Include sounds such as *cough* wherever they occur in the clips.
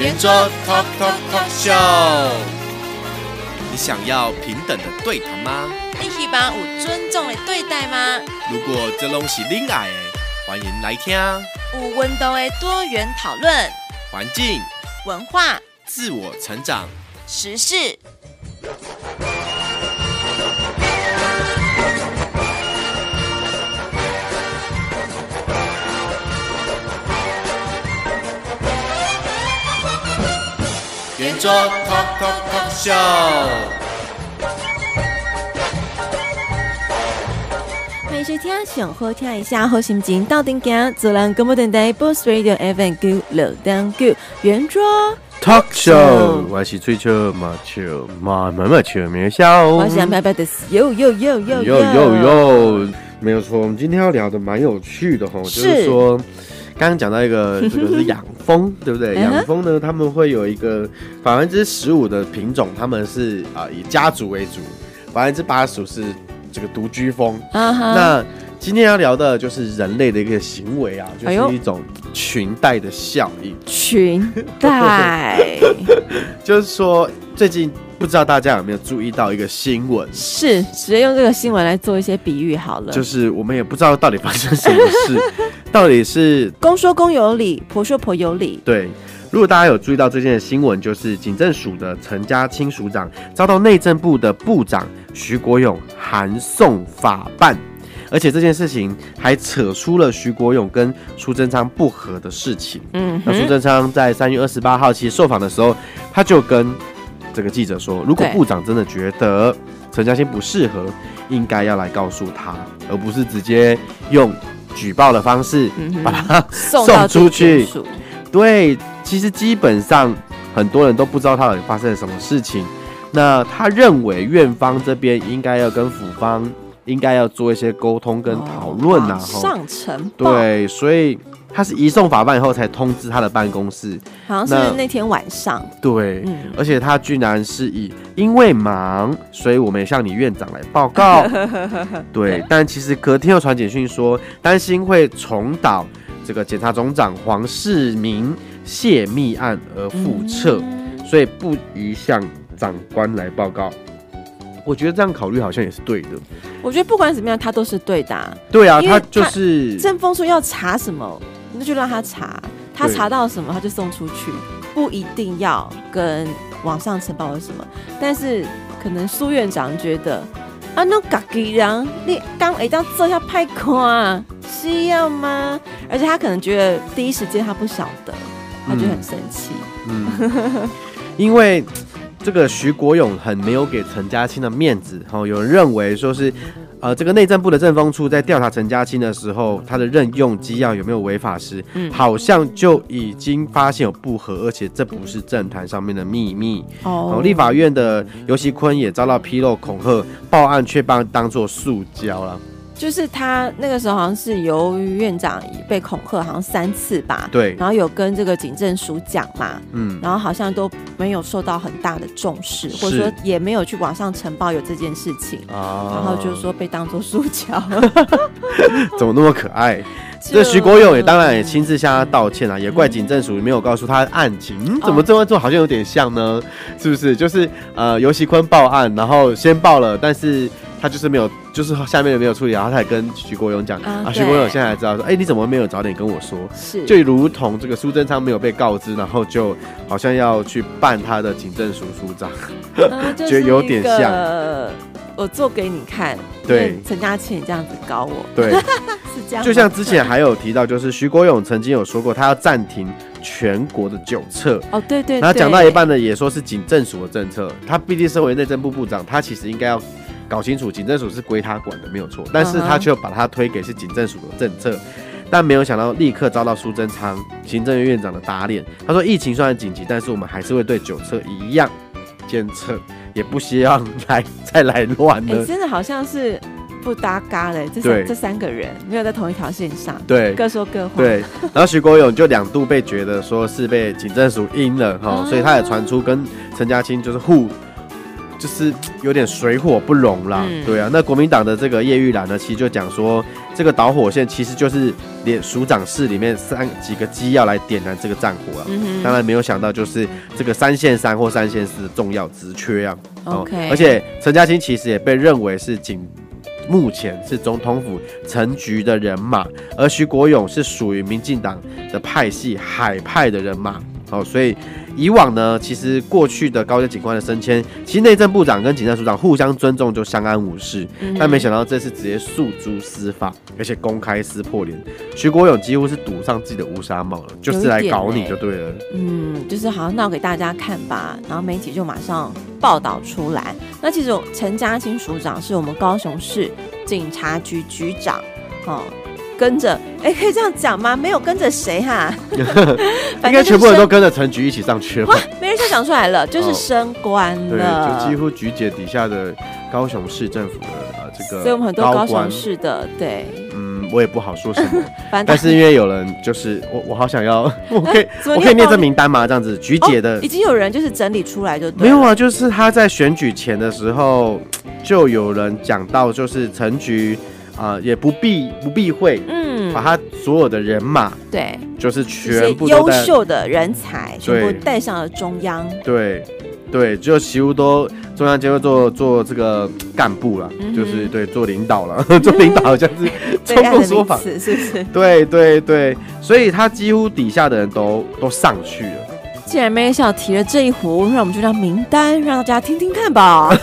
圆桌 Talk Talk Talk Show。你想要平等的对谈吗？你希望有尊重的对待吗？如果这拢是恁爱的，欢迎来听。有温度的多元讨论，环境、文化、自我成长，时事。圆桌 Talk Talk Talk Show。欢迎收听上好听一下好心情，到顶行，自然广播电台 Boss Radio FM 九六点九圆桌， Talk Show Show，我是追求马球马马马球，没有笑哦。我是安排拜的是哟哟哟哟哟哟哟，没有错。我们今天要聊的蛮有趣的哈，就是是说，刚刚讲到一个， *laughs* 这个是养蜂，对不对？嗯哼养蜂呢，他们会有一个百分之十五的品种，他们是啊、以家族为主，百分之八十是这个独居蜂。啊哈，那今天要聊的就是人类的一个行为啊，就哎呦是一种裙带的效应。裙带就是说，最近不知道大家有没有注意到一个新闻，嗯是直接用这个新闻来做一些比喻好了，就是我们也不知道到底发生什么 *laughs* 事，到底是公说公有理，婆说婆有理，对。如果大家有注意到最近的新闻，就是警政署的陈家清署长遭到内政部的部长徐国勇函送法办，而且这件事情还扯出了徐国勇跟苏贞昌不和的事情。嗯那苏哼，贞昌在三月二十八号其实受访的时候，他就跟这个记者说，如果对部长真的觉得陈嘉欣不适合，应该要来告诉他，而不是直接用举报的方式嗯把哼，他。送送到出去地检署，对，其实基本上很多人都不知道他到底发生了什么事情。那他认为院方这边应该要跟府方应该要做一些沟通跟讨论哦啊，往吼上层报，对，所以他是移送法办以后才通知他的办公室，好像是那那天晚上，对，嗯，而且他居然是以因为忙，所以我们也向你院长来报 *laughs* 告。对，但其实隔天又传简讯说，担心会重蹈这个检察总长黄世明泄密案而复撤，嗯所以不宜向长官来报告。我觉得这样考虑好像也是对的。我觉得不管怎么样，他都是对的啊、对啊，因为他就是正风说要查什么，那就让他查，他查到什么他就送出去，不一定要跟网上呈报有什么。但是可能苏院长觉得，啊，那自己人，你刚一当这下派啊，是要吗？而且他可能觉得第一时间他不晓得，他就很生气。嗯，因为这个徐国勇很没有给陈嘉青的面子，哦，有人认为说是。呃，这个内政部的政风处在调查陈嘉青的时候，他的任用机要有没有违法时，嗯好像就已经发现有不合，而且这不是政坛上面的秘密。哦哦，立法院的尤熙坤也遭到披露恐吓，报案却帮当做塑胶了。就是他那个时候好像是由于院长被恐吓，好像三次吧。对然后有跟这个警政署讲嘛，嗯，然后好像都没有受到很大的重视，是或者说也没有去网上呈报有这件事情，啊然后就说被当做塑胶。 *laughs* 怎么那么可爱？就这徐国勇也当然也亲自向他道歉啊，也怪警政署没有告诉他案情，嗯怎么这么做好像有点像呢？是不是？就是呃，尤熙坤报案，然后先报了，但是他就是没有，就是下面的没有处理，然后他才跟徐国勇讲啊啊，对徐国勇现在才知道说，哎，你怎么没有早点跟我说？是就如同这个苏贞昌没有被告知，然后就好像要去办他的警政署署长，嗯就是觉得有点像一个呃我做给你看，对因为陈嘉庆这样子搞我，对。是这样吗，就像之前还有提到，就是徐国勇曾经有说过，他要暂停全国的酒测。哦，对对，然后对讲到一，半呢，也说是警政署的政策，他毕竟身为内政部部长，他其实应该要搞清楚警政署是归他管的，没有错。但是嗯他哼却把他推给是警政署的政策，但没有想到立刻遭到苏贞昌行政院院长的打脸。他说疫情虽然紧急，但是我们还是会对酒测一样监测，也不希望 *laughs* 来再来乱哎，了。真的好像是不搭嘎嘞，这呃对三这三个人没有在同一条线上，对。各说各话， *laughs* 对，然后徐国勇就两度被觉得说是被警政署阴了哈，啊所以他也传出跟陈嘉青就是互就是有点水火不容啦。嗯对啊，那国民党的这个叶玉兰呢，其实就讲说，这个导火线其实就是连署长室里面三几个机要来点燃这个战火啊。嗯当然没有想到，就是这个三线三或三线四的重要职缺啊。哼，OK，而且陈嘉欣其实也被认为是仅目前是总统府陈局的人马，而徐国勇是属于民进党的派系海派的人马。哦，所以以往呢，其实过去的高阶警官的升迁，其实内政部长跟警察署长互相尊重就相安无事。嗯哼但没想到这次直接诉诸司法，而且公开撕破脸，徐国勇几乎是赌上自己的乌纱帽了，就是来搞欸你就对了。嗯，就是好像闹给大家看吧，然后媒体就马上报道出来。那其实陈嘉青署长是我们高雄市警察局局长哦，跟着哎，可以这样讲吗？没有跟着谁 *laughs* 哈，应反该正就是全部人都跟着陈局一起上去了吧哇。，没人就讲出来了，就是哦升官对，了，就几乎菊姐底下的高雄市政府的呃这个，所以我们很多高官雄，市的对，嗯，我也不好说什 *laughs* 么，反正呃但是因为有人就是 *laughs* 我，我好想要，我可以怎么我可以念念到这名单吗？这样子，菊姐的、哦已经有人就是整理出来就对呃没有了啊，就是她在选举前的时候就有人讲到，就是陈菊啊、呃也不避不避讳，嗯把，她所有的人马对，就是这些全部都优在秀的人才全对部带上了中 *laughs* 央，对对，就几乎都中央机会做做这个干部了，嗯哼就是对做领导了， *laughs* 做领导好像 *laughs* 是最中爱共的说名法。词是不 *laughs* 是？对对对，所以他几乎底下的人都都上去了。既然 May 笑提了这一壶，那我们就让名单让大家听听看吧。 *laughs*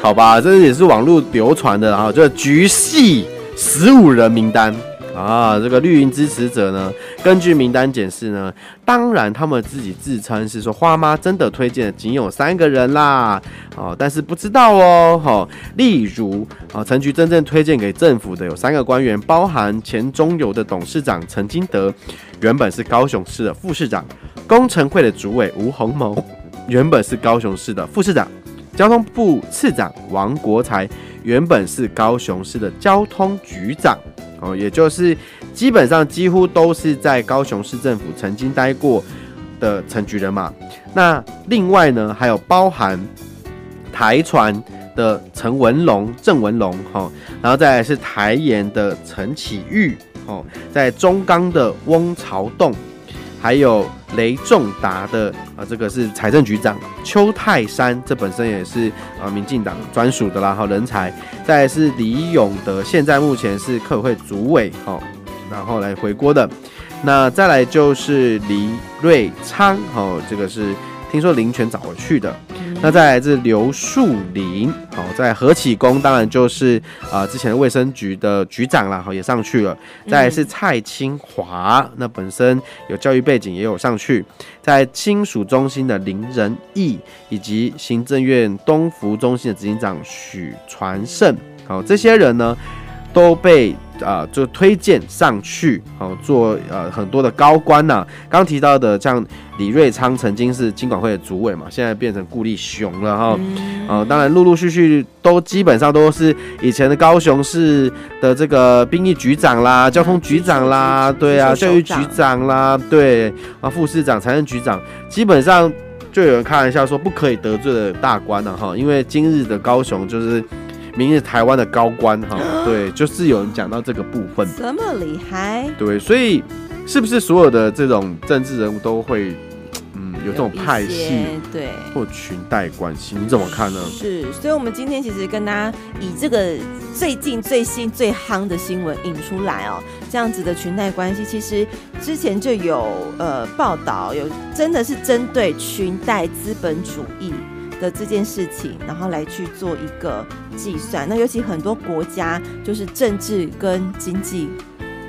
好吧，这也是网络流传的，然后这局系十五人名单啊，这个绿营支持者呢，根据名单检视呢，当然他们自己自称是说花妈真的推荐的仅有三个人啦，哦，但是不知道哦，哈、例如啊，陈局真正推荐给政府的有三个官员，包含前中油的董事长陈金德，原本是高雄市的副市长；工程会的主委吴鸿谋，原本是高雄市的副市长；交通部次长王国才，原本是高雄市的交通局长。哦，也就是基本上几乎都是在高雄市政府曾经待过的陈局人马。那另外呢，还有包含台船的陈文龙、郑文龙，哈、然后再来是台盐的陈启玉，哦，在中钢的翁朝栋，还有雷仲达的啊、这个是财政局长邱泰山，这本身也是啊、民进党专属的啦，哈、人才，再来是李永德，现在目前是客委会主委，哦，然后来回锅的。那再来就是李瑞昌，哦，这个是听说林权找回去的，那再来是刘树林，好、在何启功当然就是啊、呃之前的卫生局的局长啦，好、哦也上去了。再来是蔡清华，那本身有教育背景也有上去。在亲属中心的林仁义，以及行政院东福中心的执行长许传胜，好、这些人呢都被。啊、就推荐上去，好、做呃很多的高官呐、刚提到的像李瑞昌曾经是金管会的主委嘛，现在变成顾立雄了哈。哦，当然陆陆续续都基本上都是以前的高雄市的这个兵役局长啦、交通局啊长啦，局对啊，局教首育局长啦，对啊，副市长、财政局长，基本上就有人开玩笑说不可以得罪的大官了、哈，因为今日的高雄就是明日台湾的高官 *gasps* 哈，对，就是有人讲到这个部分。这么厉害，对，所以是不是所有的这种政治人物都会，嗯，有这种派有一系些对。或裙带关系？你怎么看呢？是，所以，我们今天其实跟大家以这个最近最新最夯的新闻引出来哦，这样子的裙带关系，其实之前就有呃报道，有真的是针对裙带资本主义的这件事情，然后来去做一个计算。那尤其很多国家就是政治跟经济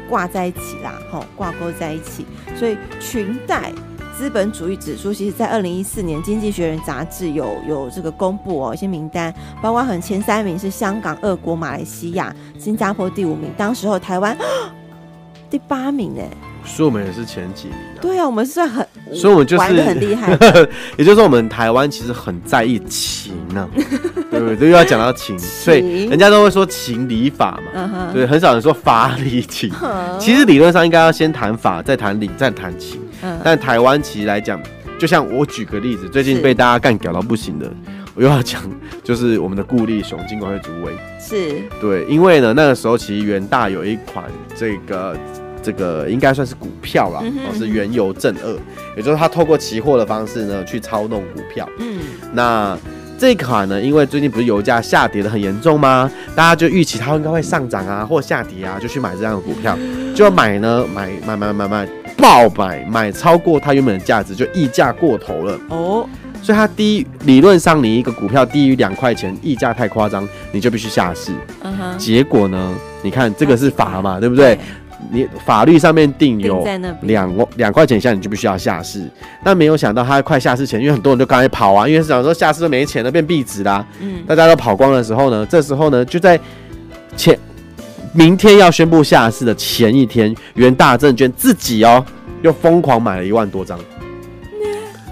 挂在一起啦，吼、挂钩在一起，所以裙带资本主义指数，其实在二零一四年《经济学人》杂志有有这个公布哦一些名单，包括很前三名是香港、俄国、马来西亚、新加坡第五名，当时候台湾哦第八名哎，所以我们也是前几名啊。对啊，我们是算很，所以我们就是玩的很厉害， *laughs* 也就是说，我们台湾其实很在意情 *laughs* 呢、对不对？这又要讲到情，所以情人家都会说情理法嘛，嗯哼，对，很少人说法理情。嗯，其实理论上应该要先谈法，再谈理，再谈情。嗯但台湾其实来讲，就像我举个例子，最近是被大家干屌到不行的，我又要讲，就是我们的顾立雄金管会主委，是对，因为呢那个时候其实元大有一款这个这个应该算是股票啦，嗯哼哦是原油正二，也就是他透过期货的方式呢去操弄股票。嗯那这款呢，因为最近不是油价下跌的很严重吗？大家就预期它应该会上涨啊，或下跌啊，就去买这样的股票，就买呢，买买买买买爆买，买超过它原本的价值，就溢价过头了。哦，所以它低于理论上，你一个股票低于两块钱，溢价太夸张，你就必须下市。嗯哼，结果呢，你看这个是法嘛，对不对？你法律上面定有定在那边，两两块钱以下你就必须要下市，但没有想到他快下市前，因为很多人就刚才跑啊，因为想说下市都没钱了，变币值啦，嗯大家都跑光的时候呢，这时候呢就在前明天要宣布下市的前一天，元大证券自己哦又疯狂买了一万多张，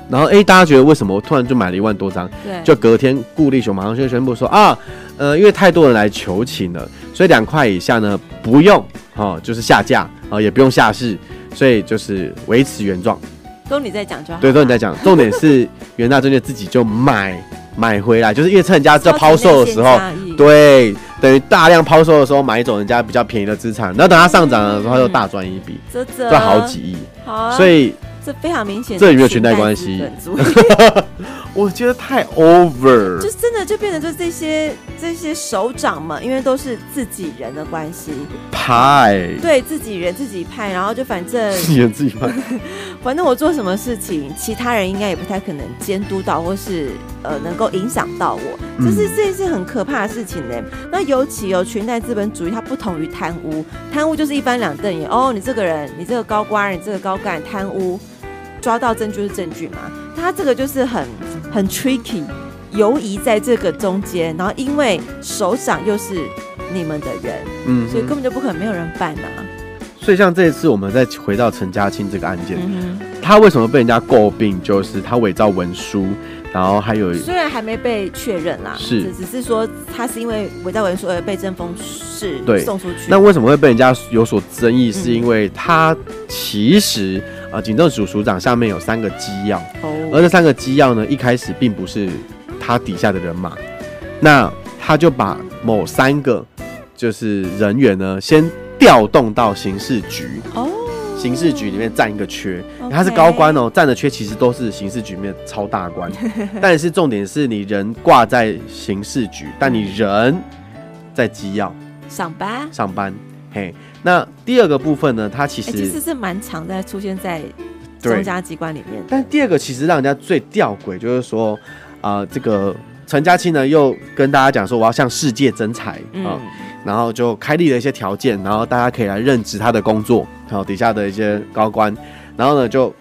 然后诶，大家觉得为什么我突然就买了一万多张？对，就隔天顾立雄马上就宣布说啊，呃，因为太多人来求情了，所以两块以下呢不用哦，就是下架啊、哦也不用下市，所以就是维持原状。哦都你在讲就好，对，都你在讲，重点是元大证券自己就买买回来，就是因为趁人家在哦抛售的时候，超级内线差异，对，等于大量抛售的时候买一种人家比较便宜的资产，然后等它上涨的时候，它就大赚一笔，啧啧，赚好几亿。好啊，所以这非常明显，这里面有裙带关系我觉得太 over，就真的就变成就是这些这些首长们，因为都是自己人的关系，派，对自己人自己派，然后就反正自己人自己派。反正我做什么事情，其他人应该也不太可能监督到，或是呃能够影响到我，这是嗯这是很可怕的事情呢、那尤其有裙带资本主义，它不同于贪污，贪污就是一翻两瞪眼，哦，你这个人，你这个高官，你这个高干贪污，抓到证据就是证据嘛。它这个就是很很 tricky，游移在这个中间，然后因为首长又是你们的人，嗯所以根本就不可能没有人办啊呐、所以像这一次，我们再回到陈嘉青这个案件，嗯他为什么被人家诟病，就是他伪造文书，然后还有虽然还没被确认啦，是只只是说他是因为伪造文书而被政风是对送出去。那为什么会被人家有所争议，是嗯因为他其实呃，警政署署长下面有三个机要，而哦，这三个机要呢，一开始并不是他底下的人马，那他就把某三个就是人员呢，先调动到刑事局，哦刑事局里面占一个缺， OK 他是高官哦，占的缺其实都是刑事局里面的超大 *laughs* 官，但是重点是你人挂在刑事局，但你人在机要上班，上班。嘿，那第二个部分呢，它其哎、实、其实是蛮常在出现在对中，家机关里面的。但第二个其实让人家最吊诡就是说，啊、这个陈嘉青呢又跟大家讲说我要向世界征才啊。嗯，然后就开立了一些条件，然后大家可以来任职他的工作，然后底下的一些高官，然后呢就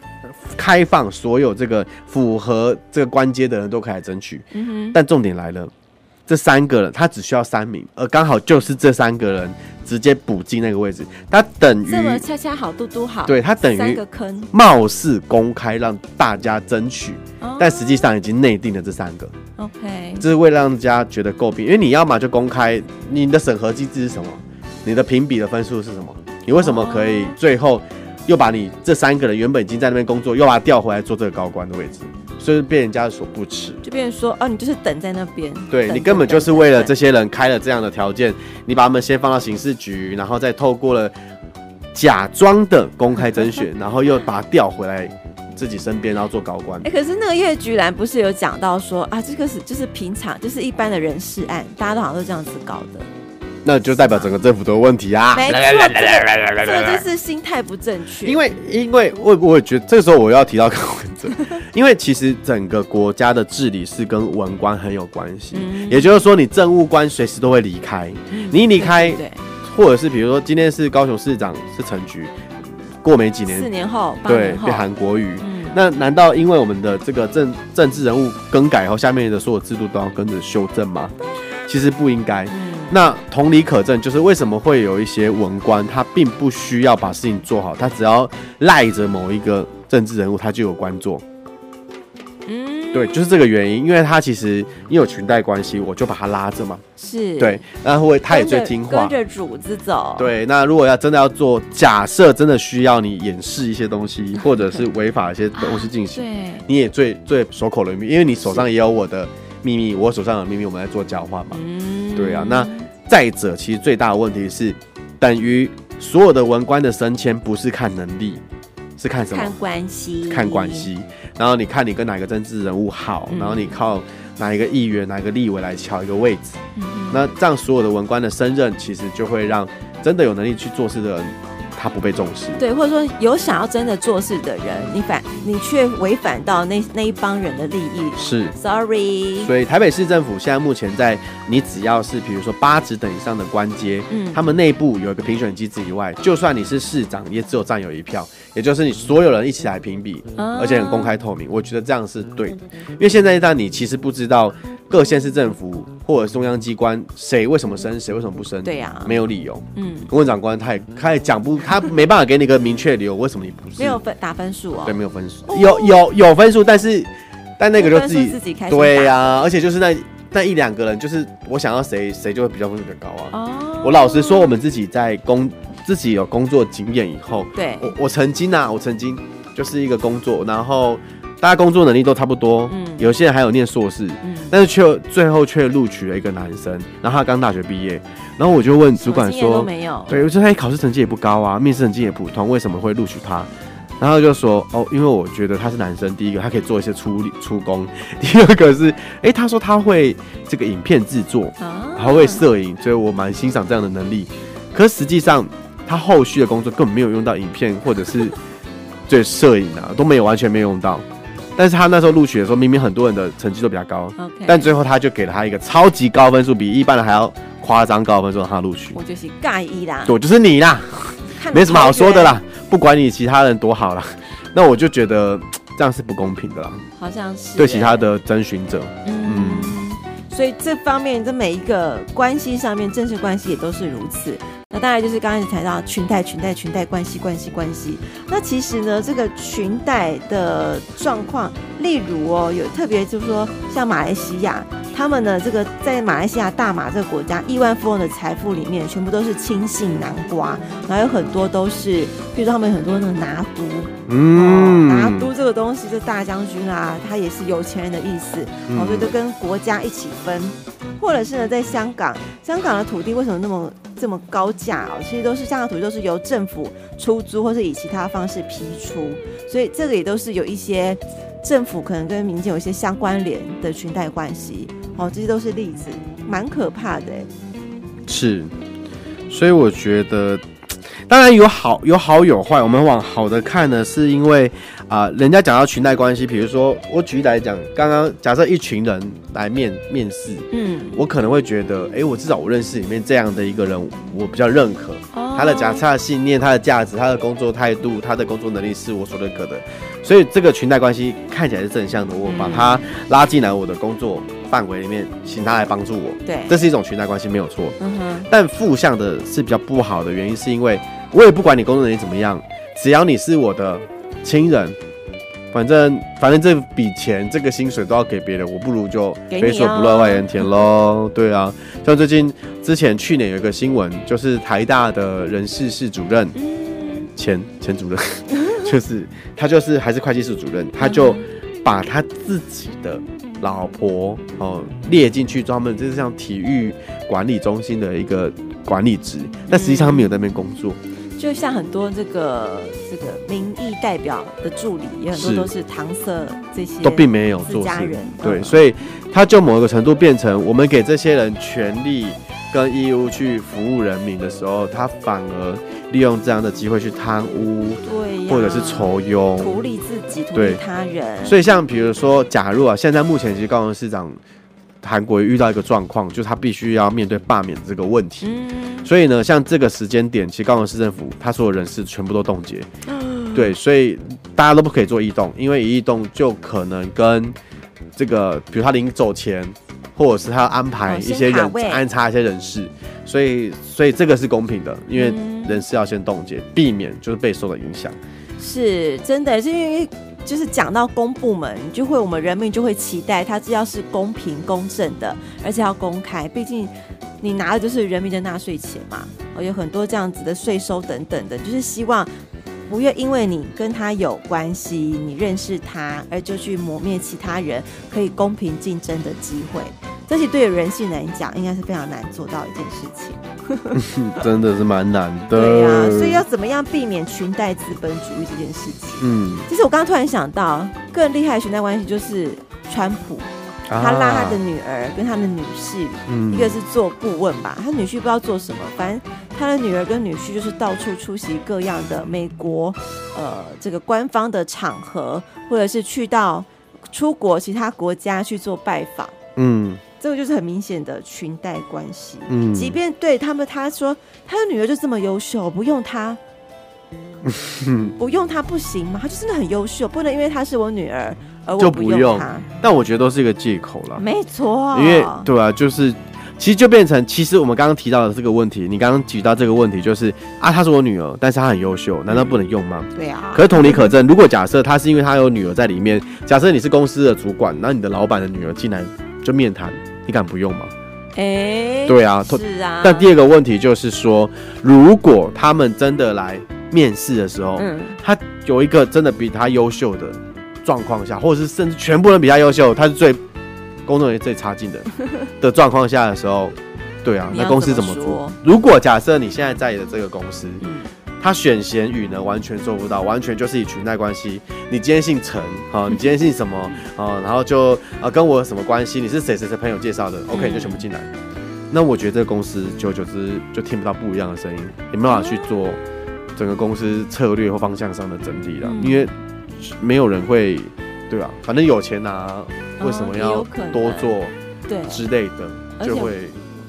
开放所有这个符合这个官阶的人都可以来争取。嗯但重点来了，这三个人他只需要三名，而刚好就是这三个人直接补进那个位置，他等哼，这么于恰恰好，嘟嘟好，，对他等三于个坑，貌似公开让大家争取，哦但实际上已经内定了这三个， OK，这是为了让人家觉得诟病，因为你要么就公开你的审核机制是什么，你的评比的分数是什么，你为什么可以哦最后又把你这三个人原本已经在那边工作，又把他调回来做这个高官的位置，所以被人家所不齿。就变成说，哦，你就是等在那边，对等你根本就是为了这，等些人开了这样的条件，你把他们先放到刑事局，然后再透过了假装的公开甄选，然后又把他调回来自己身边，然后做高官等。哎、可是那个叶菊兰不是有讲到说啊，这个是就是平常就是一般的人事案，大家都好像都这样子搞的。那就代表整个政府都有问题啊！没错，这个这个就是心态不正确。因为，因为我我也觉得这时候我要提到 *laughs* 柯文哲，因为其实整个国家的治理是跟文官很有关系，嗯也就是说，你政务官随时都会离开，你一离开，对或者是比如说今天是高雄市长是陈菊，过没几对对四年，年后，八对年，后变，韩国瑜。嗯，那难道因为我们的这个政政治人物更改后，下面的所有制度都要跟着修正吗？其实不应该。嗯那同理可证，就是为什么会有一些文官，他并不需要把事情做好，他只要赖着某一个政治人物，他就有官做。嗯对，就是这个原因，因为他其实因为有裙带关系，我就把他拉着嘛。是，对，，那会他也跟着最听话跟。着主子走，，对，那如果要真的要做，假设真的需要你掩饰一些东西，或者是违法一些东西进行， *laughs* 对，你也最最守口如瓶，因为你手上也有我的秘密，我手上的秘密，我们来做交换嘛。嗯对啊那再者，其实最大的问题是，等于所有的文官的升迁不是看能力，是看什么？看关系，看关，系，然后你看你跟哪个政治人物好，嗯然后你靠哪一个议员、哪一个立委来敲一个位置。嗯那这样所有的文官的升任，其实就会让真的有能力去做事的人，他不被重视。对，或者说有想要真的做事的人，你反你却违反到那那一帮人的利益是。 ，sorry，所以台北市政府现在目前在，你只要是比如说八职等以上的官阶，嗯他们内部有一个评选机制以外，就算你是市长，也只有占有一票，也就是你所有人一起来评比，啊而且很公开透明。我觉得这样是对的，因为现在让你其实不知道各县市政府或者中央机关谁为什么升，谁为什么不升，对呀没有理由。嗯，问长官他也他也讲不，他没办法给你一个明确理由，为什么你不是？没有分打分数哦对，，没有分数，有有有分数，但是但那个就自分己数自己开心对啊打呀、而且就是那那一两个人，就是我想要谁谁就会比较分数比较高啊。哦，我老实说，我们自己在工自己有工作经验以后，对，我我曾经啊，我曾经就是一个工作，然后大家工作能力都差不多，嗯有些人还有念硕士，嗯，但是却最后却录取了一个男生，然后他刚大学毕业，然后我就问主管什么经验都说，没有，对，我说他哎考试成绩也不高啊，面试成绩也普通，为什么会录取他？然后就说哦，因为我觉得他是男生，第一个他可以做一些出力出工， *laughs* 第二个是，诶，他说他会这个影片制作，啊还会摄影，所以我蛮欣赏这样的能力。可实际上，他后续的工作根本没有用到影片或者是对摄影啊，都没有完全没有用到。但是他那时候录取的时候，明明很多人的成绩都比较高， ，OK，但最后他就给了他一个超级高分数，比一般人还要夸张高的分数让他录取我。就是尬一啦，我就是你啦，看你没什么好说的感啦，不管你其他人多好啦。那我就觉得这样是不公平的啦，觉，好像是对其他欸，的征询者。嗯。所以这方面的每一个关系上面，正式关系也都是如此。那当然就是刚开始谈到裙带、裙带、裙带关系、关系、关系。那其实呢，这个裙带的状况，例如哦，有特别就是说，像马来西亚，他们呢这个在马来西亚大马这个国家，亿万富翁的财富里面，全部都是青信南瓜，然后有很多都是，譬如说他们有很多那个拿督，嗯，拿嗯，督这个东西就大将军啊，他也是有钱人的意思，嗯哦，所以都跟国家一起分，或者是呢，在香港，香港的土地为什么那么这么高价哦？其实都是香港土地都是由政府出租，或是以其他方式批出，所以这个也都是有一些政府可能跟民间有一些相关联的裙带关系，哦，这些都是例子，蛮可怕的欸。是，所以我觉得，当然有好有好有坏。我们往好的看呢，是因为啊、人家讲到裙带关系，比如说我举例来讲，刚刚假设一群人来面面试，嗯，我可能会觉得，诶，我至少我认识里面这样的一个人，我比较认可。哦他的假假设、他的信念、他的价值、他的工作态度、他的工作能力是我所认可的，所以这个裙带关系看起来是正向的，我把他拉进来我的工作范围里面，请他来帮助我，对，这是一种裙带关系，没有错。嗯哼，但负向的是比较不好的原因，是因为我也不管你工作能力怎么样，只要你是我的亲人，反正反正这笔钱这个薪水都要给别人，我不如就给你啊肥水不落外人田喽。对啊，像最近之前去年有一个新闻，就是台大的人事室主任嗯，前前主任，就是他就是还是会计室主任，他就把他自己的老婆哦列进去，专门就是像体育管理中心的一个管理职，但实际上他没有在那边工作，就像很多这个这个民意代表的助理，也很多是都是搪塞这些都并没有做自嗯家事人。对，嗯所以他就某个程度变成我们给这些人权利跟义务去服务人民的时候，他反而利用这样的机会去贪污对呀或者是仇庸，图利自己，图对利他人，所以像比如说，假如啊，现在目前其实高雄市长韩国瑜遇到一个状况，就是他必须要面对罢免这个问题。嗯，所以呢，像这个时间点，其实高雄市政府他所有人事全部都冻结，嗯对，所以大家都不可以做异动，因为一异动就可能跟这个，比如他临走前，或者是他安排哦一先些人、卡位安插一些人事，所以所以这个是公平的，因为嗯人事要先冻结，避免就是被受的影响。是真的，是因为就是讲到公部门，就会我们人民就会期待它只要是公平公正的，而且要公开，毕竟你拿的就是人民的纳税钱嘛，哦，有很多这样子的税收等等的，就是希望。不要因为你跟他有关系，你认识他，而就去磨灭其他人可以公平竞争的机会。这些对于人性来讲，应该是非常难做到的一件事情。嗯真的是蛮难的。对呀、所以要怎么样避免裙带资本主义这件事情？嗯，其实我刚刚突然想到，更厉害的裙带关系就是川普，他拉他的啊，女儿跟他的女婿嗯一个是做顾问吧，他女婿不知道做什么，反正他的女儿跟女婿就是到处出席各样的美国呃这个官方的场合，或者是去到出国其他国家去做拜访，嗯这个就是很明显的裙带关系。嗯，即便对他们，他说他的女儿就这么优秀，不 *laughs* 用他，不用他不行吗？他就真的很优秀，不能因为她是我女儿而我就不不用她。但我觉得都是一个借口啦。没错，因为对啊，就是其实就变成，其实我们刚刚提到的这个问题，你刚刚提到这个问题就是啊，她是我女儿，但是她很优秀，难道不能用吗？对啊，可是同理可证，如果假设她是因为她有女儿在里面，假设你是公司的主管，那你的老板的女儿进来就面谈，你敢不用吗？嗯哎，对啊，同是啊。但第二个问题就是说，如果他们真的来面试的时候，嗯，他有一个真的比他优秀的状况下，或者是甚至全部人比他优秀，他是最工作人员最差 *laughs* 劲的的状况下的时候，对啊，你要那公司怎么怎么做说？如果假设你现在在的这个公司，嗯他选贤与能完全做不到，完全就是以裙带关系。你今天姓陈，好、 *laughs* 你今天姓什么，啊、然后就啊、跟我有什么关系？你是谁谁谁朋友介绍的？OK，嗯你就全部进来。那我觉得这个公司久而久之就听不到不一样的声音，也没办法去做整个公司策略或方向上的整理了，嗯因为没有人会，对啊，反正有钱拿、为什么哦也要有可能多做对，之类的，而且就会。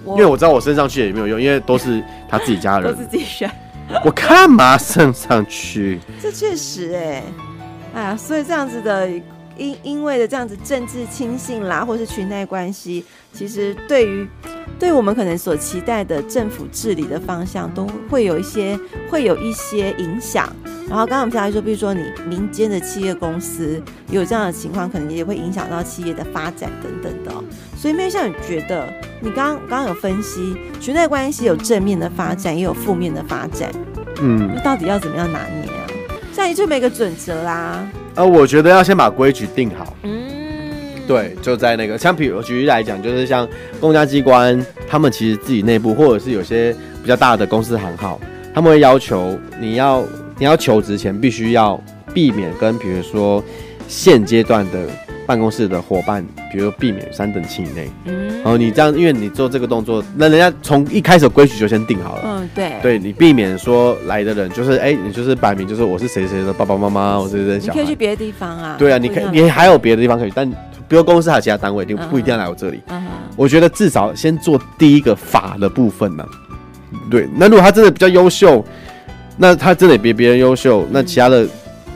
我因为我知道我升上去也没有用，因为都是他自己家 *laughs* 都人，自己选，我干嘛升上去？这确实哎、哎呀，所以这样子的。因因为的这样子政治倾信啦，或是裙带关系，其实对于对我们可能所期待的政府治理的方向，都会有一些会有一些影响。然后刚刚我们提到说，比如说你民间的企业公司有这样的情况，可能也会影响到企业的发展等等的哦、所以面向你觉得，你刚刚刚刚有分析裙带关系有正面的发展，也有负面的发展。嗯那，到底要怎么样拿捏啊？现在就没个准则啦。呃，我觉得要先把规矩定好。嗯，对，就在那个，像比如举例来讲，就是像公家机关，他们其实自己内部，或者是有些比较大的公司行号，他们会要求你要你要求职前必须要避免跟比如说现阶段的办公室的伙伴，比如说避免三等亲以内。嗯然后你这样，因为你做这个动作，那人家从一开始有规矩就先定好了。嗯，对，对你避免说来的人就是哎、你就是摆明就是我是谁谁的爸爸妈妈，我是谁谁的你小可以去孩。别的地方啊。对啊，你可以不一样你还有别的地方可以，但比如公司还有其他单位，你嗯不一定要来我这里。嗯哼我觉得至少先做第一个法的部分呢、对，那如果他真的比较优秀，那他真的比别人优秀，嗯那其他的、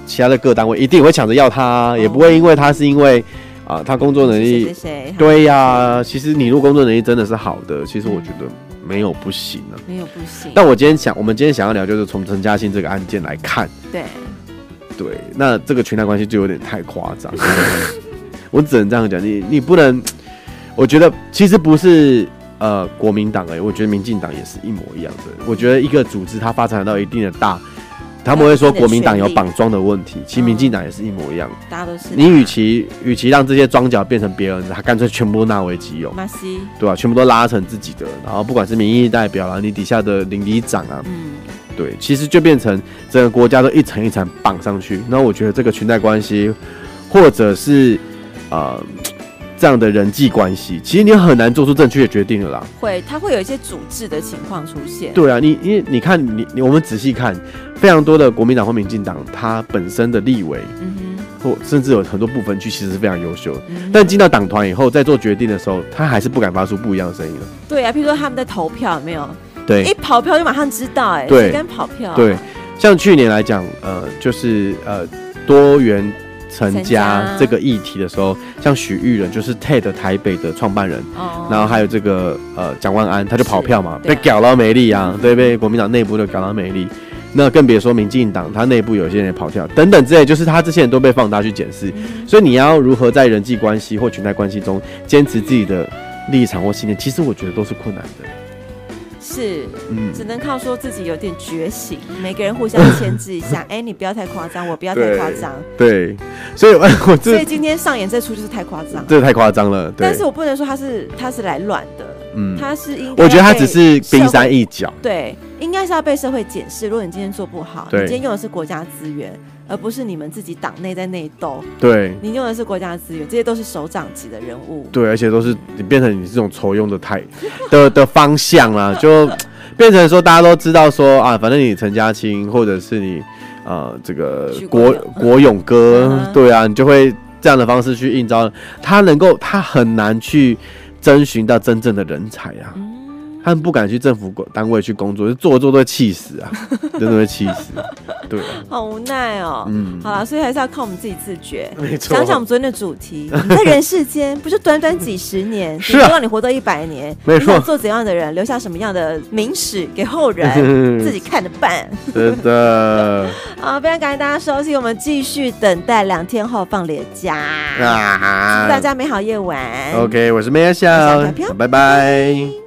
其他的各单位一定会抢着要他哦啊，也不会因为他是因为啊、他工作能力谁谁谁，对呀、其实你如果工作能力真的是好的，其实我觉得没有不行啊。没有不行。但我今天想，我们今天想要聊就是从陈嘉欣这个案件来看，对，对，那这个裙带关系就有点太夸张， *laughs* 我只能这样讲，你你不能，我觉得其实不是呃国民党而已，我觉得民进党也是一模一样的。我觉得一个组织它发展到一定的大，他们会说国民党有绑桩的问题，其实民进党也是一模一样。大家都是你与其与其让这些庄脚变成别人的，他干脆全部都纳为己有。马西，对吧、全部都拉成自己的，然后不管是民意代表啊，你底下的邻里长啊，嗯，对，其实就变成整个国家都一层一层绑上去。那我觉得这个裙带关系，或者是呃这样的人际关系，其实你很难做出正确的决定了啦。会，它会有一些组织的情况出现。对啊，你因为你看你你我们仔细看，非常多的国民党或民进党，它本身的立委嗯或甚至有很多部分区其实是非常优秀的，哼，但进到党团以后，在做决定的时候，他还是不敢发出不一样的声音了。对啊，譬如说他们在投票，有没有对一跑票就马上知道，哎，对谁敢跑票啊？对，像去年来讲，呃，就是呃多元成成家家这个议题的时候，像许玉人就是 TED 台北的创办人，哦，然后还有这个呃蒋万安，他就跑票嘛，是对被啊搞到没力啊，对，被国民党内部的搞到没力。那更别说民进党，他内部有些人也跑票等等之类，就是他这些人都被放大去检视，所以你要如何在人际关系或裙带关系中坚持自己的立场或信念，其实我觉得都是困难的。是，嗯，只能靠说自己有点觉醒，每个人互相牵制 *laughs* 一下。哎、你不要太夸张，我不要太夸张。对，所以 *laughs* 我所以这今天上演这出就是太夸张，这太夸张了，对但是，我不能说他是他是来乱的，嗯，他是应该我觉得他只是被冰社会山一角，对，应该是要被社会检视。如果你今天做不好，你对今天用的是国家资源，而不是你们自己党内在内斗，对你用的是国家资源，这些都是首长级的人物。对，而且都是你变成你这种仇用的态的的方向啦， *laughs* 就变成说大家都知道说啊，反正你陈嘉青或者是你呃这个徐国国国勇哥嗯，哼对啊，你就会这样的方式去应招，他能够他很难去征询到真正的人才啊。嗯，他们不敢去政府单位去工作，就做做都会气死 *laughs* 啊，真的会气死。对啊，好无奈哦。嗯，好啦，所以还是要靠我们自己自觉。没 *laughs* 错，想想我们昨天的主题，你在人世间不是短短几十 *laughs* 年，是啊顶多让你活到一百年，没你错想做怎样的人，留下什么样的名史给后人， *laughs* 自己看着办。 *laughs* 真的好，非常感谢大家收听，我们继续等待两天后放脸 *laughs* 假，啊，祝大家美好夜晚。 OK，我是梅亚我是笑小飘飘，拜拜。